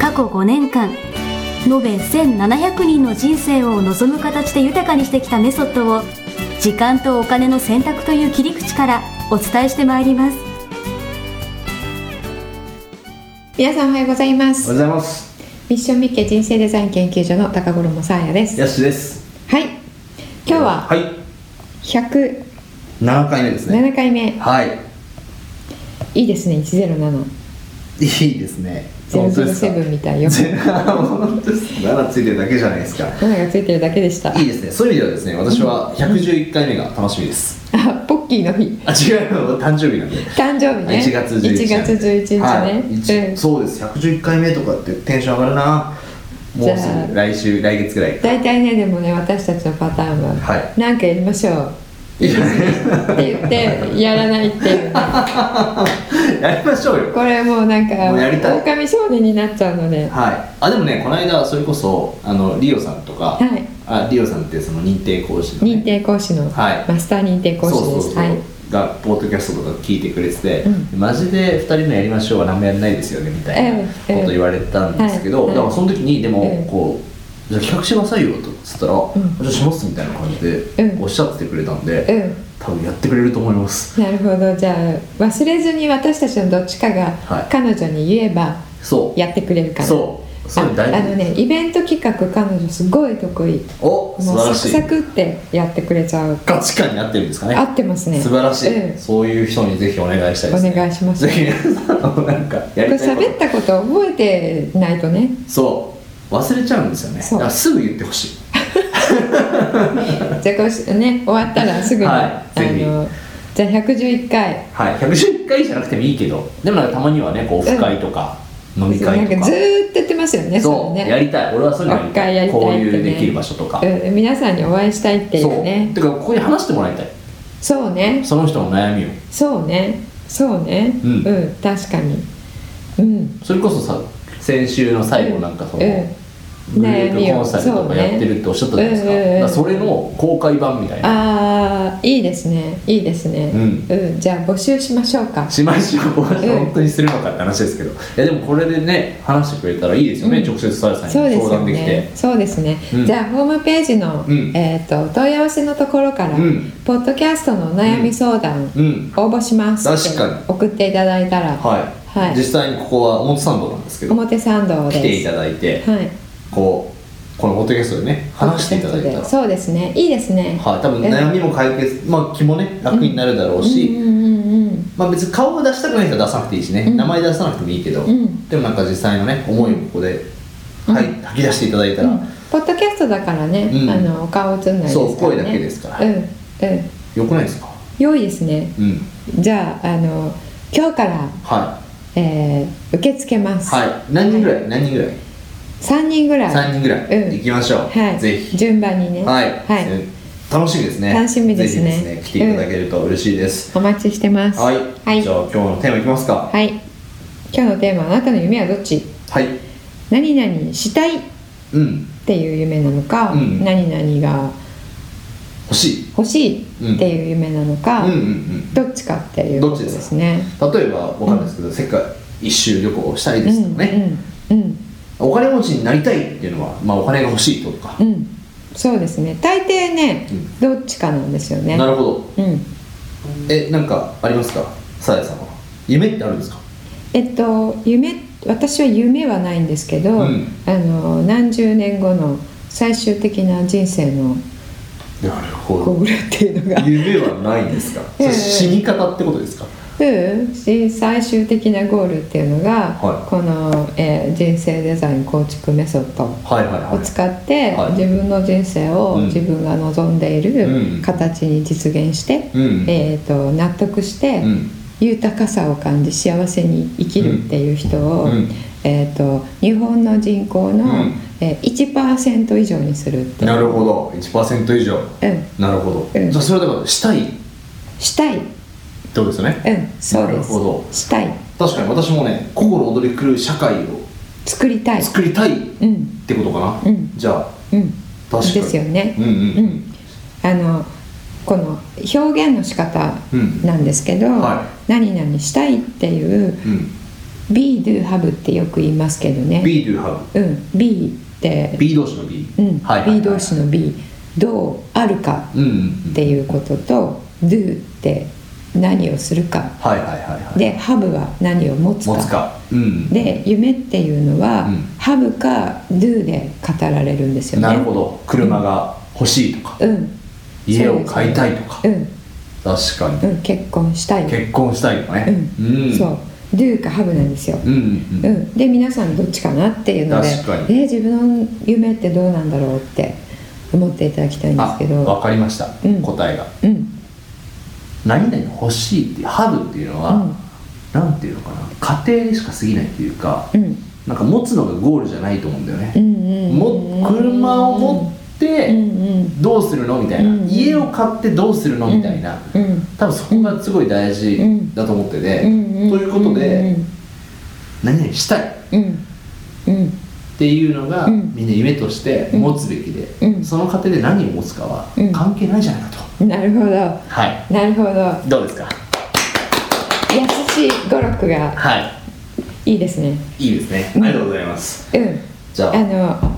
過去5年間延べ1700人の人生を望む形で豊かにしてきたメソッドを時間とお金の選択という切り口からお伝えしてまいります皆さんおはようございまおはすようございます。ミッションミッケ人生デザイン研究所の高頃もさあやですヤッシュです。。はい今日はい107 7回目ですね。回目はい。いいですね107いいですね。 0 0セブンみたいよゼロ本当です。7つい てるだけじゃないですか。 7がついてるだけでしたいいですね。そういう意味ではですね、私は111回目が楽しみです。あポッキーの日あ、違うの、誕生日なんで。誕生日ね1月11日。 1月11日ね、はい一うんそうです。111回目とかってテンション上がるな。もうじすゃあぐ来週、来月ぐらい。 大体ねでもね私たちのパターンは、はなんかやりましょういいですねって言ってやらないって いうやりましょうよ。これもうなんかもうやりたい狼少年になっちゃうのではい、あでもねこの間それこそあのリオさんとか、はいあリオさんってその認定講師のね、認定講師の、はいマスター認定講師ですそうそうそう、はいがポッドキャストとか聞いてくれてて、うマジで2人のやりましょうは何もやらないですよねみたいなえこえええと言われたんですけど、はいはいだからその時にでもええこう、じゃあ企画しなさいよとつったら、んじゃあしますみたいな感じでうんおっしゃってくれたんで、う多分やってくれると思いますんなるほどじゃあ忘れずに私たちのどっちかがはい彼女に言えばそうやってくれるから、そうそれあ大あ事のねイベント企画彼女すごい得意お素もう晴サらクしいサクってやってくれちゃう価値観に合ってるんですかね合ってますね素晴らしい、うんそういう人にぜひお願いしたいです、ね、お願いしますぜひ皆さんもなんかやこれりたい喋こったこと覚えてないとねとそう忘れちゃうんですよねそうだからすぐ言ってほしいじゃあこうしね終わったらすぐに、はいあぜひのじゃあ111回はい110回じゃなくてもいいけどでもなんかたまにはねこうオフ会とか、飲みな会んかとかずーっと言ってますよねそう、れねやりたい俺はそういうのやりたいオフ会やりたいこうってねいうできる場所とか、うん、皆さんにお会いしたいっていそうねてかここに話してもらいたいそうねその人の悩みをそうねそうねう、うんん確かにうんそれこそさ先週の最後なんかその、うんグルー悩みプをコンサルとそうかねやってるっておっしゃったじゃないですか,、うんうんうんだからそれの公開版みたいなああいいですねいいですねうんじゃあ募集しましょうかしましょううん本当にするのかって話ですけど、いやでもこれでね話してくれたらいいですよね、うん直接さやさんにそうです相よ談できてねそうですね、うんじゃあホームページの、うんえっ、と問い合わせのところから、うんポッドキャストのお悩み相談、うん応募します確かに送っていただいたら、はい、はい実際にここは表参道なんですけど表参道です来ていただいて、はいこうこのポッドキャストでね話していただいたら、そうですねいいですねはい、多分うん悩みも解決、まあ、気もね楽になるだろうし、うんうんうんまあ、別に顔を出したくない人は出さなくていいしね、うん名前出さなくてもいいけど、うんでもなんか実際のね思いをここで、はい、吐き出していただいたうら、んポッドキャストだからね、うんあのお顔映んないですからそねう声だけですからうんうんよくないですか良いですねうんじゃああの今日から、はえー受け付けまい、す、はい、何人ぐらい何人ぐらい3人ぐらい三人ぐらい、うん行きましょう、はい、ぜひ順番にねはい、楽しみですね楽しみですねぜひですね来ていただけると嬉しいです、お待ちしてますはい、はいじゃあ今日のテーマいきますかはい今日のテーマは「あなたの夢はどっち?はい、」何々したいっうんていう夢なのか、うん何々が欲しい欲しいっていう夢なのか、うんうんどっちかっていうことですねうん例えばわかんないですけど、世界一周旅行したいですとかね、うんうん、うんお金持ちになりたいっていうのは、まあ、お金が欲しいとかう、ん、そうですね大抵ね、うんどっちかなんですよねなるほどうん、えなんかありますかさやさんは夢ってあるんですかえっと夢私は夢はないんですけど、うんあの何十年後の最終的な人生のなるほゴールっていうのが、夢はないんですかそれ死に方ってことですかうん、し最終的なゴールっていうのが、はいこの、えー人生デザイン構築メソッドはいはいはをい使って、はい自分の人生をうん自分が望んでいうんる形に実現して、うんえー、と納得して、うん豊かさを感じ幸せに生きるっていう人を、うんえー、と日本の人口の、うんえー、1%以上にするってなるほど1%以上うんなるほど、うんじゃあそれはだからしたいってしたいうんことですよねそうですなるほどしたい確かに私もね心躍り狂う社会を作りたい作りたいっうんてことかな、うんじゃあうん確かにですよねうんうんうんあのこの表現の仕方うんなんですけど、は何々したいっていううん「be do have」ってよく言いますけどね B do have うん「be」って、 B 同士の B、うんはいはいはい be 同士の「be」どうあるかうんうんうんっていうことと「do」って何をするかはいはいはいはいで「have」は何を持つか持つかうんで夢っていうのはうん「have」か「do」で語られるんですよね。なるほど車が欲しいとか、うん家を買いたいとか、うん確かに、うん、結婚したい結婚したいとかねうんそう「do」か「have」なんですよ、うんうんうんうん、で皆さんどっちかなっていうので確かにえー自分の夢ってどうなんだろうって思っていただきたいんですあけわどかりました、うん答えがうん何々欲しいっていうハブっていうのは、うんなんていうのかな家庭にしか過ぎないっていうか、うんなんか持つのがゴールじゃないと思うんだよね、うんうんも車を持ってうんうんどうするのみたいな、うん家を買ってどうするのみたいな、うん多分そこがすごい大事だと思ってて、うんうんということで、うん何々したいっうんうんていうのが、うんみんな夢として持つべきで、うんその過程で何を持つかはうん関係ないんじゃないかうと、んなるほどはいなるほどどうですか優しい語録がはいいいですねいいですね、ありがとうございますうんじゃああの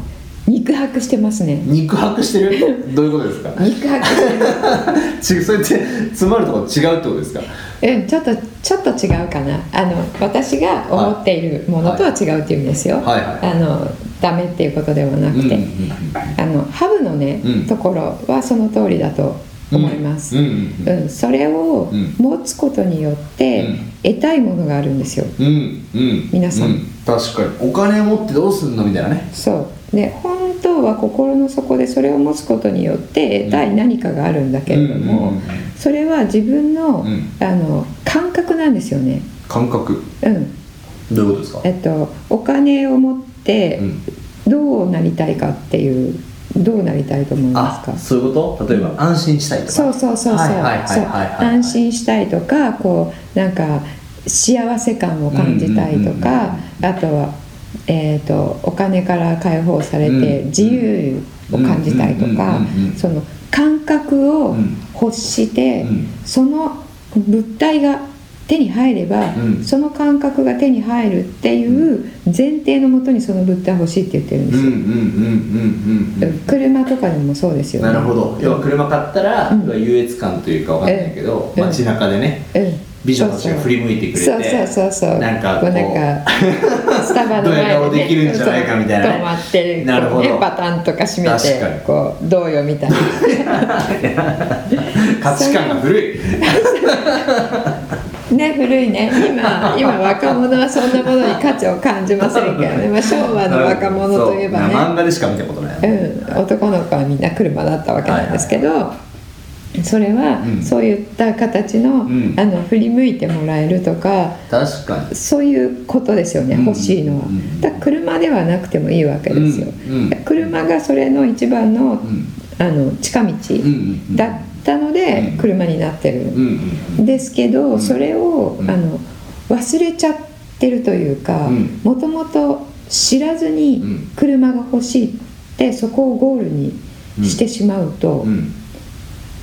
肉薄してますね肉薄してるどういうことですか 肉薄してるちそれって詰まるとこ違うってことですかうん、ちょっとちょっと違うかなあの私が思っているものとは違うっていうんですよ、はいはいはいあのダメっていうことではなうんくうんて、うあのハブのね、うんところはその通りだと思います、うんうんうんうんそれをうん持つことによって、うん得たいものがあるんですよんうんうん皆さんう確かにお金を持ってどうすんのみたいなねそうで本当は心の底でそれを持つことによって得たい何かがあるんだけれども、うんうんうんそれは自分の,、うんあの感覚なんですよね感覚うんどういうことですかえっと、お金を持ってうんどうなりたいかっていうどうなりたいと思いますかあそういうこと例えば安心したいとかそうそうそうそうはいはいはいそうはいはい安心したいとかこうなんか幸せ感を感じたいとか、あとは、えー、とお金から解放されてうん自由を感じたいとかうんうんうんうんその感覚をうん欲して、うんその物体が手に入れば、うんその感覚が手に入るっていう前提のもとにその物体欲しいって言ってるんでうんすうんようん、うんうんうん車とかでもそうですよねなるほど要は車買ったら、うん要は優越感というかわかんないけど、ええ街中でねうん美女たちが振り向いてくれてそうそうそうそうなんかここううなんか スタバの前で、ね、ドヤ顔できるんじゃないかみたいなねそう止まってるなるほどこうねパタンとか閉め確かにてこうどうよみたいな価値観が古いね古いね今今若者はそんなものに価値を感じませ んけどね、まあ、昭和の若者といえばそうね漫画でしか見たことない、うん、男の子はみんな車だったわけなんですけど、それはうんそういった形の,、うんあの振り向いてもらえるとか確かにそういうことですよね、うん欲しいのは、うんだから車ではなくてもいいわけですよ、うんうんだから車がそれの一番の,、んあの近道うんだったのでうん車になってる、うんうんですけど、それを、うんあの忘れちゃってるというかうんもともと知らずうんに車が欲しいってそこをゴールにしてしまうと、うん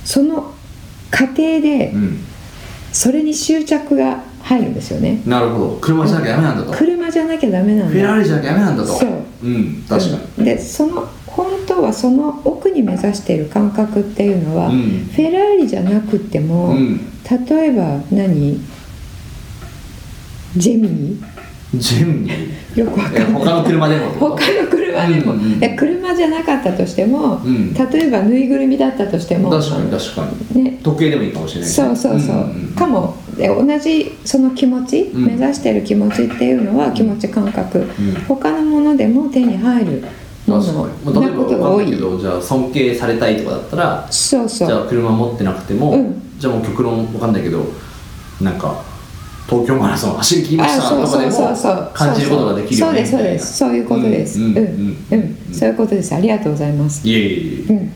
その過程でうんそれに執着が入るんですよね。なるほど車じゃなきゃダメなんだと、フ車じゃなきゃダメなんだェラーリじゃなきゃダメなんだとそううん確かに、うんでその本当はその奥に目指している感覚っていうのは、うんフェラーリじゃなくても、うん例えば何ジェミニジェンニーよくわかんなえい他の車でもってこと他の車でも、うんうんいや車じゃなかったとしても、ん例えばぬいぐるみだったとしても確かに確かに、ね時計でもいいかもしれないねそうそうそう、んんかもで同じその気持ち、ん目指してる気持ちっていうのは気持ち感覚、他のものでも手に入るも確かに、まのなあ、例えばこわかとがん多ないいけどじゃあ尊敬されたいとかだったらそうそじゃうあ車持ってなくても、うんじゃあもう極論わかんないけどなんか東京マラソン走り切りまあしたそとうかそでうそうそうも感じることができるそようねですそうですそういうことですううんんうんううんんそういうことですありがとうございますいえいえ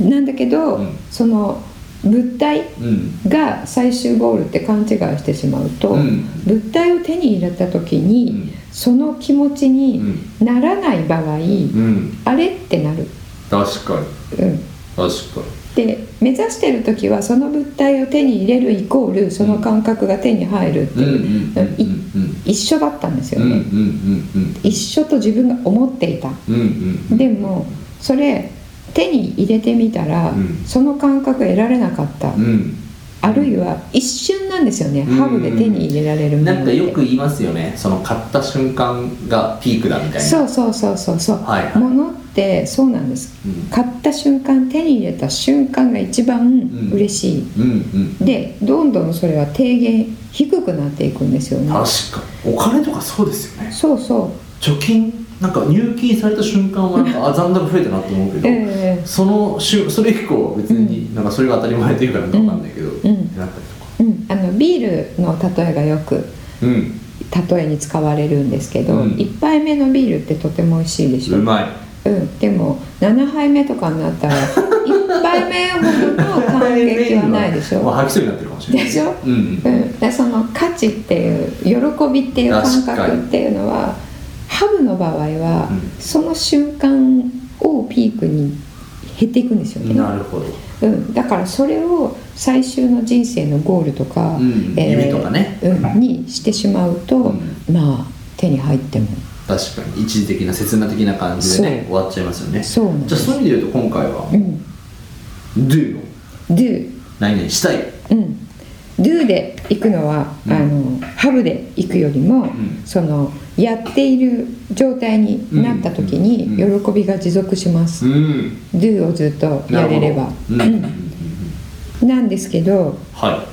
うんなんだけどうんその物体うんが最終ゴールって勘違いしてしまうとうん物体を手に入れた時うにんその気持ちうにんならない場合うんあれってなる確かにうん確かにで目指してる時はその物体を手に入れるイコールその感覚が手に入るってうんういう、んうんうん一緒だったんですようんうんね、うん一緒と自分が思っていたうんうんうんでもそれ手に入れてみたら、うんその感覚得られなかった、うんあるいは一瞬なんですよね、うんハブで手に入れられるものなんかよく言いますよねその買った瞬間がピークだみたいなそうそうそうそうそう、はいはいものってそうなんですうん買った瞬間手に入れた瞬間が一番ん嬉しい、うんうんでどんどんそれは低減低くなっていくんですよね確かにお金とかそうですよねそうそ貯金なんか入金された瞬間はなんかあ残高増えたなと思うけうど、えその週それ以降は別になんかそれが当たり前というかなんかわかんないけど、んうんなったりとかえうん、あのビールの例えがよくうん例えに使われるんですけど、うん1杯目のビールってとても美味しいでしょうまいうん、でも7杯目とかになったら 1杯目ほどの感激はないでしまあ、ょ、吐きそうになってるか もしれないでしょうんううんん、でその価値っていう喜びっていう感確か覚にっていうのはハブの場合は、うんその瞬間をピークに減っていくんですよね、なるほど、うん、だからそれを最終の人生のゴールとか、うん夢とかねうん、にしてしまうと、うまあ手に入っても確かに一時的な刹那的な感じでね終わっちゃいますよねじそうなんでゃあすそういう意味で言うと今回はうん「do」の Do 何々したいうん Do で行くのは、うんあのハブで行くよりも、んそのやっている状態になった時にうん喜びが持続します、ん Do をずっとなやるほどれればうんうんうんうんなんですけどは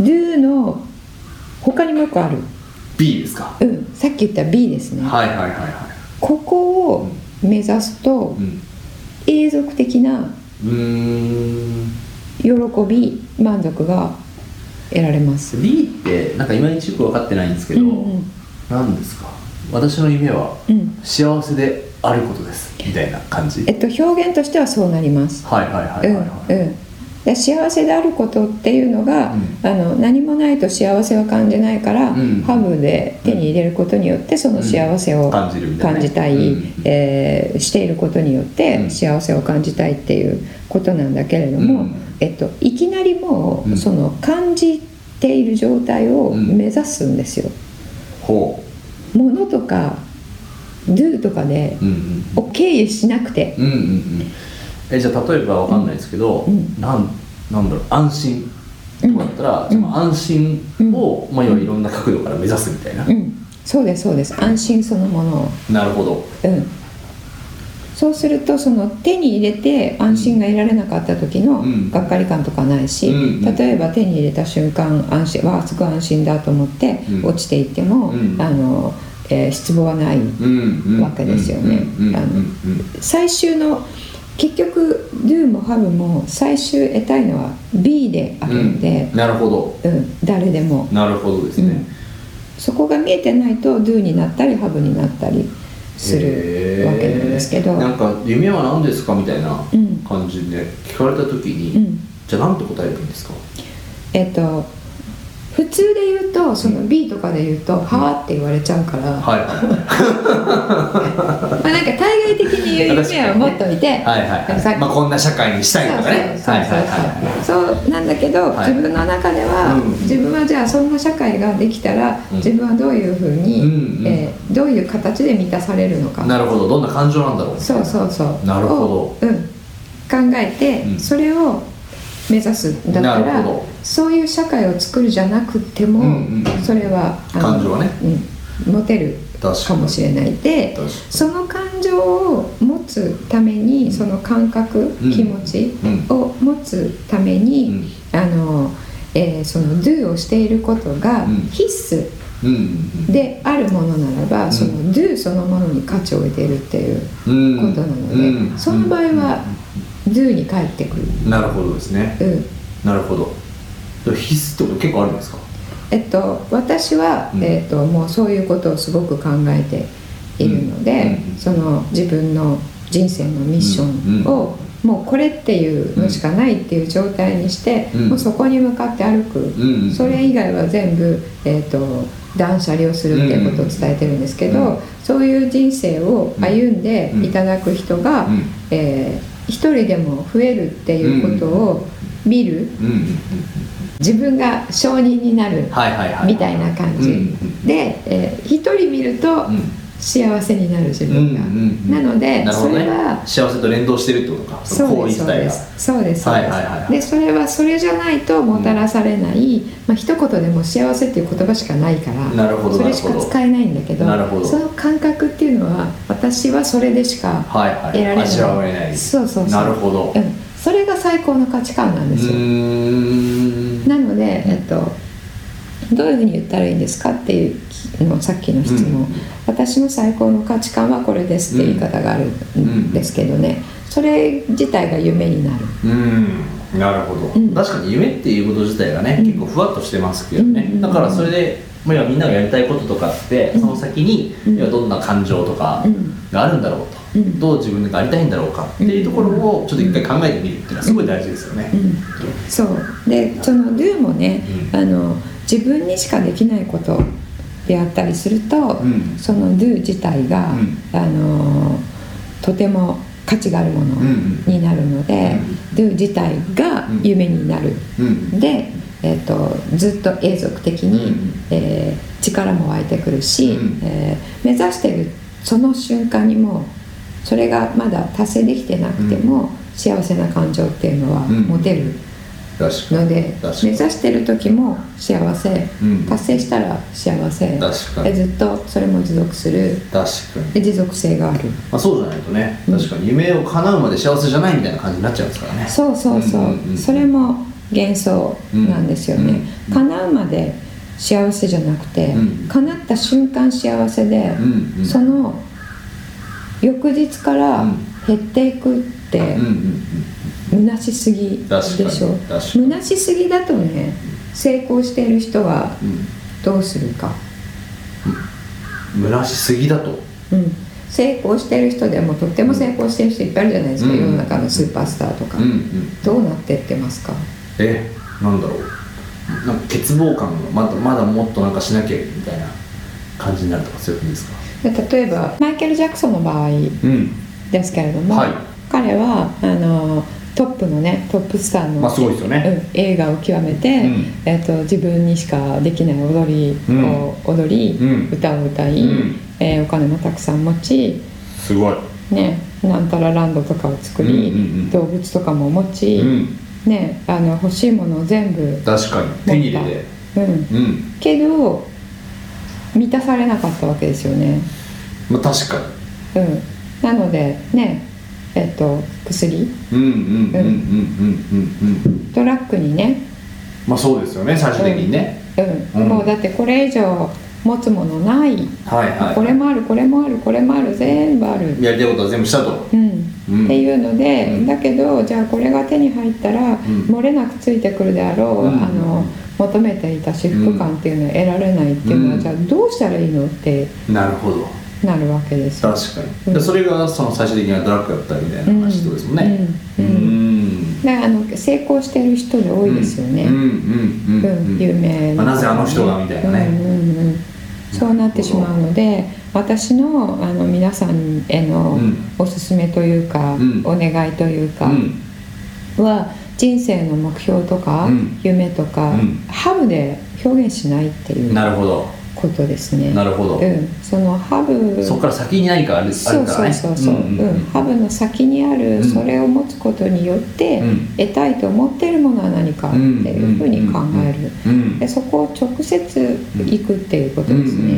い Do の他にもよくある、 B ですかうん、さっき言った B ですね、はいはいはいはここを目指すというん永続的なうーん喜び満足が得られます B ってなんかいまいちよく分かってないんですけど、うんうん何ですか私の夢はうん幸せであることですみたいな感じえっと表現としてはそうなりますはいはいはういんはいはい、うんで幸せであることっていうのが、うあの何もないと幸せは感じないから、うんハブで手に入れることによってその幸せうをん感じるみたいな感じたい、うんえーしていることによっうてん幸せを感じたいっていうことなんだけれども、うんえっと、いきなりもう、うんその感じている状態をうん目指すんですよ。ほ物とか do とかでう、うんを経由しなくてうん、うんうんうんえじゃあ例えばわかんないですけど、んなんなんだろう安心とかだったら、その安心を、まあ、要はいろんな角度から目指すみたいな、うん、そうですそうです安心そのものを。なるほどうん、そうするとその手に入れて安心が得られなかった時のうんがっかり感とかないし、うんう例んえば手に入れた瞬間安心わあすごい安心だと思ってうん落ちていっても、うんあのえー失望はない、うんわけですよねうんうんうんあのうんうん最終の結局 Do も Have も最終得たいのは B であるので、なるほどうん誰でもなるほどですね、うんそこが見えてないと Do になったり Have になったりするわけなんですけど。へーなんか夢は何ですかみたいなうん感じで聞かれた時に、うんじゃあ何て答えるんですかえっと普通で言うとその B とかで言うと「はあ」って言われちゃうから、まはいはあ、なんか対外的に言う夢は持っといていはいはいさっはいきまあこんな社会にしたいとかねそうそうそうそうはいはいはいそうなんだけど、はい自分の中では、うん自分はじゃあそんな社会ができたら、うん自分はどういうふうに、うんうんえーどういう形で満たされるのかなるほどどんな感情なんだろうそうそうそうなるほどをうん、考えて、うんそれを目指すんだったならるほどそういう社会を作るじゃなくても、うんうんそれはあの感情はねうん、持てる確かにかもしれないで確かにその感情を持つためにその感覚、うん気持ちうんを持つために、あのえーその do をしていることがうん必須うんうんであるものならば、その do そのものに価値を得ているっていううんことなので、うんその場合は do に返ってくる、なるほどですねうん、なるほどでも必須ってこと結構あるんですかえっと、私は、うんえっと、もうそういうことをすごく考えているので、うんその自分の人生のミッションを、もうこれっていうのしかないっていう状態にして、うんもうそこに向かって歩く、うんうんそれ以外は全部、えっと断捨離をするっていうことを伝えてるんですけど、うんそういう人生を歩んでいただく人が、うんえー一人でも増えるっていうことを見る。うんうん自分が証人になるはいはいはいみたいな感うんうじんで、えー一人見るとうん幸せになる自うん分が、うんうんなのでなるほそどれねは幸せと連動してるってことかそのそ行うで為す自そう体でがすそうですそうはいではいはいはすいでそれはそれじゃないともたらされない、まあ一言でも幸せっていう言葉しかないからなるほどそれしかなるほど使えないんだけどなるほどその感覚っていうのは私はそれでしかはいは得らいれない味わえないそうそうそうなるほどうん、それが最高の価値観なんうですよ、ーんなので、えっと、どういうふうに言ったらいいんですかっていうのさっきの質問、うん私の最高の価値観はこれですって言い方があるんですけどね、それ自体が夢になる、うんなるほど、うん確かに夢っていうこと自体がね、うん結構ふわっとしてますけどね、うんだからそれで、まあ、要はみんながやりたいこととかって、その先に、うん要はどんな感情とかうんがあるんだろうと、うんどう自分がありたいんだろうかっていうところをちょっと一回考えてみるっていうのはすごい大事ですよね、うん、そうでその Do もね、うあの自分にしかできないことであったりすると、うんその Do 自体が、うあのとても価値があるものになるので、Do 自体が夢になる。うんで、えー、とずっと永続的に、うんえー力も湧いてくるし、うんえー目指してるその瞬間にもうそれがまだ達成できてなくても、幸せな感情っていうのはうん持てる確かにので、確か目に指してる時も幸せ、うん達成したら幸せ確かでにずっとそれも持続する確かに、で持続性があるまあ、そうじゃないとねうん確かに夢を叶うまで幸せじゃないみたいな感じになっちゃうんですからねそうそうそう,、うんうんうんそれも幻想なんですよね、うん叶うまで幸せじゃなくて、うん叶った瞬間幸せで、んうんその翌日からうん減っていくってうんうんう虚んしすぎでしょ、確かに確かに虚しすぎだとね成功している人はどうするか、うん虚しすぎだとうん、成功している人でもとっても成功している人いっぱいいるじゃないですか、うん世の中のスーパースターとか、うんうんどうなってってますか、えなんだろうなんか欠乏感がまだまだもっとなんかしなきゃみたいな感じになるとかそういうことですかで例えばマイケル・ジャクソンの場合うんですけれども、はい彼はあのトップのねトップスターの、まあすごいですよねうん映画を極めて、うんえっと自分にしかできない踊りを踊り、うん歌を歌い、うんえーお金もたくさん持ち、すごいね、なんたらランドとかを作り、うんうんうん動物とかも持ち、うんね、あの欲しいものを全部持っ確かにた手に入れてうん、うんけど満たされなかったわけですよね。まあ確かにうん、なのでねえっと薬うんうんうんうんうんうんうんドラッグにね、まあそうですよね最終的にね、うんうんもうだってこれ以上持つものない、はいはいこれもあるこれもあるこれもある全部ある、やりたいことは全部したとうんうんっていうので、うんだけどじゃあこれが手に入ったら、漏れなくついてくるであろう、うんあの求めていた至福感っていうのは得られないっていうのは、うんじゃあどうしたらいいのってなるほどなるわけですよ。確かうにんでそれがその最終的なドラッグだったみたいな話ってことですもんねうんうんんだからあの成功してる人で多いですよね。うんうんうんうんうん有名まあなぜあの人がみたいなねうんうんうん、そうなってしまうので私のあの皆さんへのうんおすすめというか、うんお願いというかうんは人生の目標とか、うん夢とか、うんハブで表現しないっていうなるほどことですね。なるほど、うん、そのハブそこから先に何かあるあるそうからねそうそうそう、んんうんハブの先にある、うんそれを持つことによって、うん得たいと思っているものは何かっていうふうに考える、うんでそこを直接行くっていうことうんうんですね。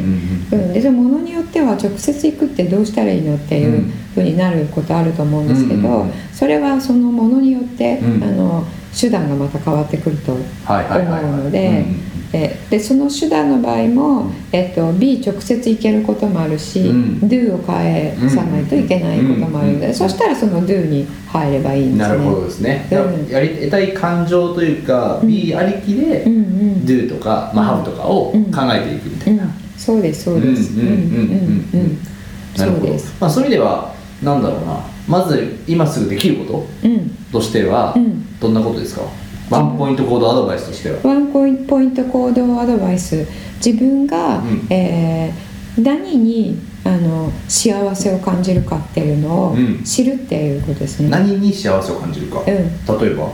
ううんん、でそのものによっては直接行くってどうしたらいいのっていううんふうになることあると思うんですけど、うんうんうんそれはそのものによって、うんあの手段がまた変わってくると思うはいはいはいはいのでうんえーでその手段の場合も、えっと B 直接行けることもあるし、うん Do を変えさないといけないこともあるので、うんうんそしたらその Do に入ればいいんですね。なるほどですね、うんやりたい感情というか、ん B ありきで、うんうん、 do とか、まあ、have とかを考えていくみたういんな、、そうですそうです。うんうんうんうんうんなそるうほどです。まあ、そういう意味ではなんだろうなまず今すぐできるこうん。ととしては、うんどんなことですかワンポイント行動アドバイスとしては、ワンポイポイント行動アドバイス自分が、うんえー何にあの幸せを感じるかっていうのをうん知るっていうことですね。何に幸せを感じるか、う例んえば例えば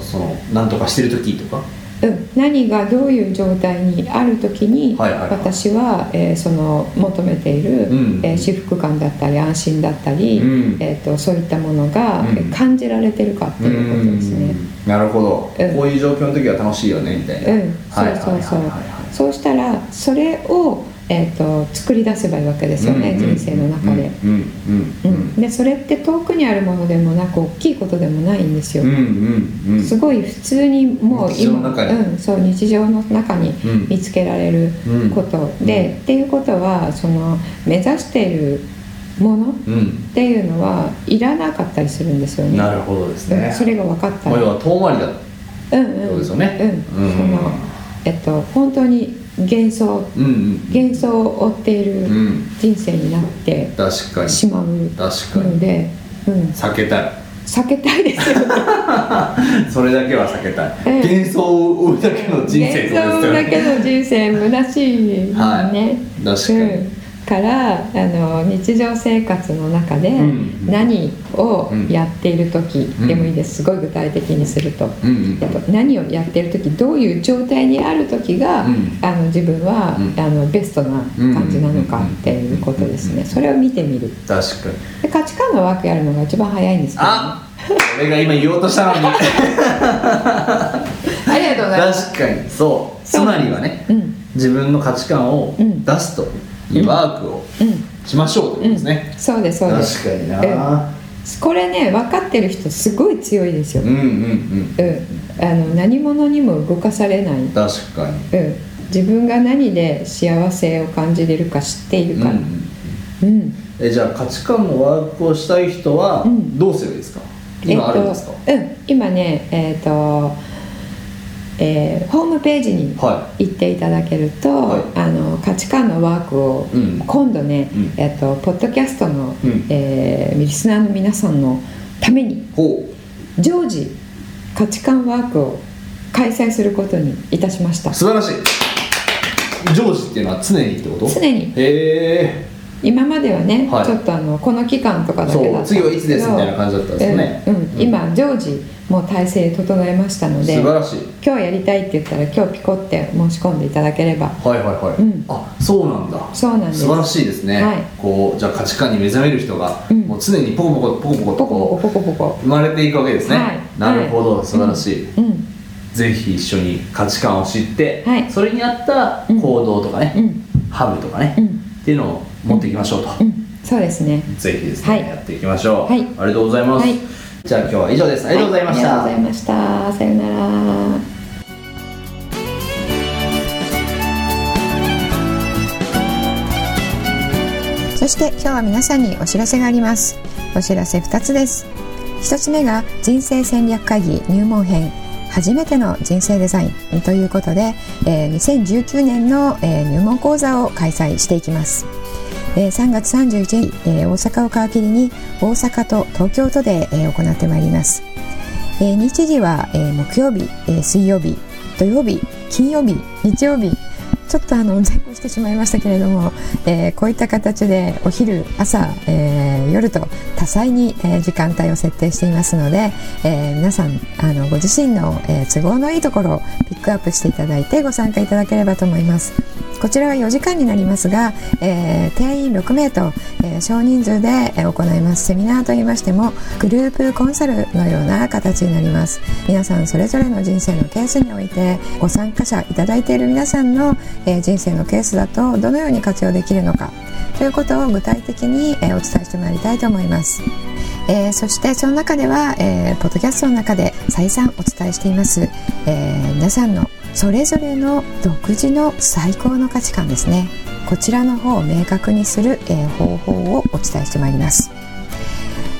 その何とかしてる時とかうん、何がどういう状態にある時に、はいはいはい私は、えーその求めている、うんえー至福感だったり安心だったり、うんえー、とそういったものが、うんえー感じられてるかっていうことですね。うんなるほど、うんこういう状況の時は楽しいよねみたいな、うん、はいはいそうそうそう、はいはいはいそうしたらそれを、えー、と作り出せばいいわけですよね、うんうんうん人生の中で、うんううんんうんでそれって遠くにあるものでもなく大きいことでもないんですよ、うんうんうんすごい普通にもう日常の中にうん、そう日常の中にうん見つけられることで、っていうことはその目指しているものっうんていうのはいらなかったりするんですよねなるほどですうねん、それが分かったまあら要は遠回りだうんうんそうですよねうんうんそのえっと本当に幻想うんうん幻想を追っているうん人生になって確かにしまう確かのにで、うん、避けたい避けたいですよねそれだけは避けたうい、ん幻想を追うだけの人生ってこと幻想だですよねけの人生虚しいね、はい確かにうん、からあの日常生活の中でん何をうんやっている時でもいいです、すごい具体的にすると。うんやっぱ何をやってる時どういう状態にある時が、うんあの自分は、うんあのベストな感じなのかっていうことですうんうんうねんうんそれを見てみる確かにで価値観のワークやるのが一番早いんですけどね、あ俺が今言おうとしたのにありがとうございます確かにそうつそうまりはね、うん自分の価値観をうん出すというワークをしましょうということうん、ですね、そうですそうです確かになこれね分かってる人すごい強いですよ、ううんんうんうんあの何者にも動かされない、うん、確かに自分が何で幸せを感じれるか知っているうから、うんんえじゃあ価値観のワークをしたい人はうんどうすればいいですか、今あるんですか、えっとうん、今ねえっ、と、えーホームページには行っていただけると、はいあの価値観のワークを、うん今度ね、うんえっとポッドキャストの、うんえーリスナーの皆さんのためにほ常時価値観ワークを開催することにいたしましたう素晴らしいジョージっていうのは常にってこと常へにえ今まではね、はいちょっとあのこの期間とかだけだったそう次はいつですみたいな感じだったんですよねうんうんうん今常時もう体制整えましたの素で晴らしい今日やりたいって言ったら今日ピコって申し込んでいただければはいはいはうい、んあそうなんだそうなんです素晴らしいですね、はいこうじゃあ価値観に目覚める人が、うんもう常にポコポコポコポコポコとポコこポコポコう生まれていくわけですね、はいなるほど、はい素晴らしい、うんぜひ一緒に価値観を知って、はいそれに合ったうん行動とかね、うんハブとかね、うんっていうのを持っていきましょうと、うんそうですねぜひですね、はいやっていきましょう、はいありがとうございます、はいじゃあ今日は以上ですあありがとうございました、ありがとうございましたさよならそして今日は皆さんにお知らせがありますお知らせ2つです1つ目が人生戦略会議入門編初めての人生デザインということで、えー2019年の、えー入門講座を開催していきます、えー3月31日、えー大阪を皮切りに大阪と東京都で、えー行ってまいります、えー日時は、えー木曜日、えー水曜日土曜日金曜日日曜日ちょっとあの前後してしまいましたけれども、えーこういった形でお昼朝、えー夜と多彩に、えー時間帯を設定していますので、えー皆さんあのご自身の、えー都合のいいところをピックアップしていただいてご参加いただければと思います。こちらは4時間になりますが、えー定員6名と、えー少人数でえー行いますセミナーといいましてもグループコンサルのような形になります皆さんそれぞれの人生のケースにおいてご参加者いただいている皆さんの、えー人生のケースだとどのように活用できるのかということを具体的に、えーお伝えしてまいりたいと思いますえーそしてその中では、えーポッドキャストの中で再三お伝えしています、えー皆さんのそれぞれの独自の最高の価値観ですねこちらの方を明確にする、えー方法をお伝えしてまいります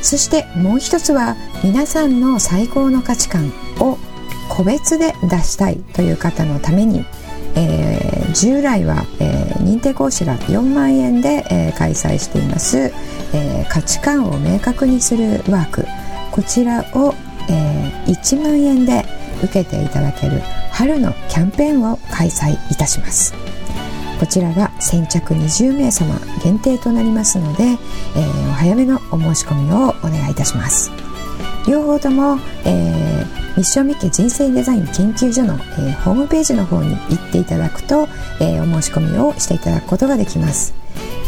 そしてもう一つは皆さんの最高の価値観を個別で出したいという方のために、えー従来は、えー認定講師が4万円で、えー開催しています、えー価値観を明確にするワークこちらを、えー1万円で受けていただける春のキャンペーンを開催いたします。こちらが先着20名様限定となりますので、えーお早めのお申し込みをお願いいたします両方とも、えー、ミッションミッケ人生デザイン研究所の、えーホームページの方に行っていただくと、えーお申し込みをしていただくことができます、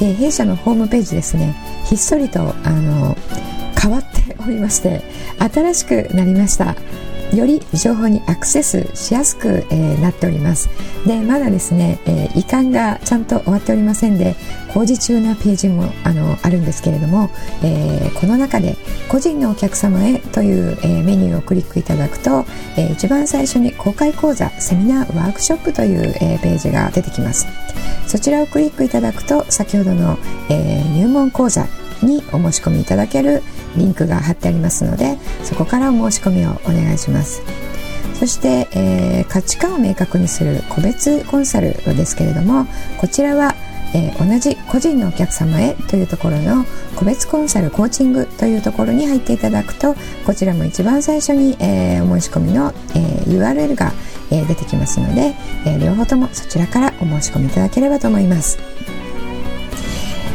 えー弊社のホームページですねひっそりとあの変わっておりまして新しくなりましたより情報にアクセスしやすく、えーなっておりますでまだですね、えー移管がちゃんと終わっておりませんで工事中なページもあのあるんですけれども、えーこの中で「個人のお客様へ」という、えーメニューをクリックいただくと、えー一番最初に公開講座セミナーワークショップという、えーページが出てきますそちらをクリックいただくと先ほどの、えー入門講座にお申し込みいただけるリンクが貼ってありますのでそこからお申し込みをお願いしますそして、えー価値観を明確にする個別コンサルですけれどもこちらは、えー同じ個人のお客様へというところの個別コンサルコーチングというところに入っていただくとこちらも一番最初に、えーお申し込みの、えー URL が、えー出てきますので、えー両方ともそちらからお申し込みいただければと思います。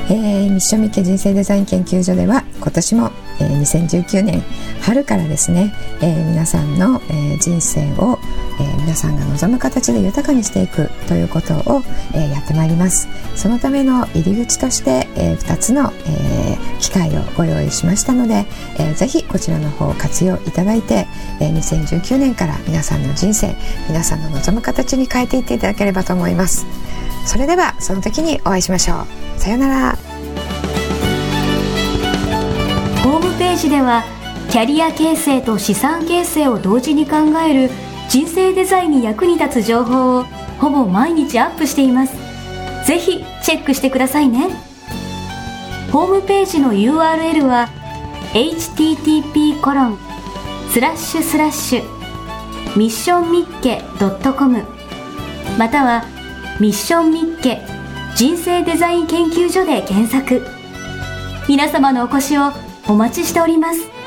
えー、ミッションミッケ人生デザイン研究所では今年も、えー2019年春からですね、えー皆さんの、えー人生を、えー皆さんが望む形で豊かにしていくということを、えーやってまいりますそのための入り口として、え2つの、えー機会をご用意しましたので、えーぜひこちらの方を活用いただいて、えー2019年から皆さんの人生皆さんの望む形に変えていっていただければと思いますそれではその時にお会いしましょうさようならホームページではキャリア形成と資産形成を同時に考える人生デザインに役に立つ情報をほぼ毎日アップしていますぜひチェックしてくださいねホームページの URL は http コロンスラッシュスラッシュミッションミッケ .com またはミッションミッケ人生デザイン研究所で検索皆様のお越しをお待ちしております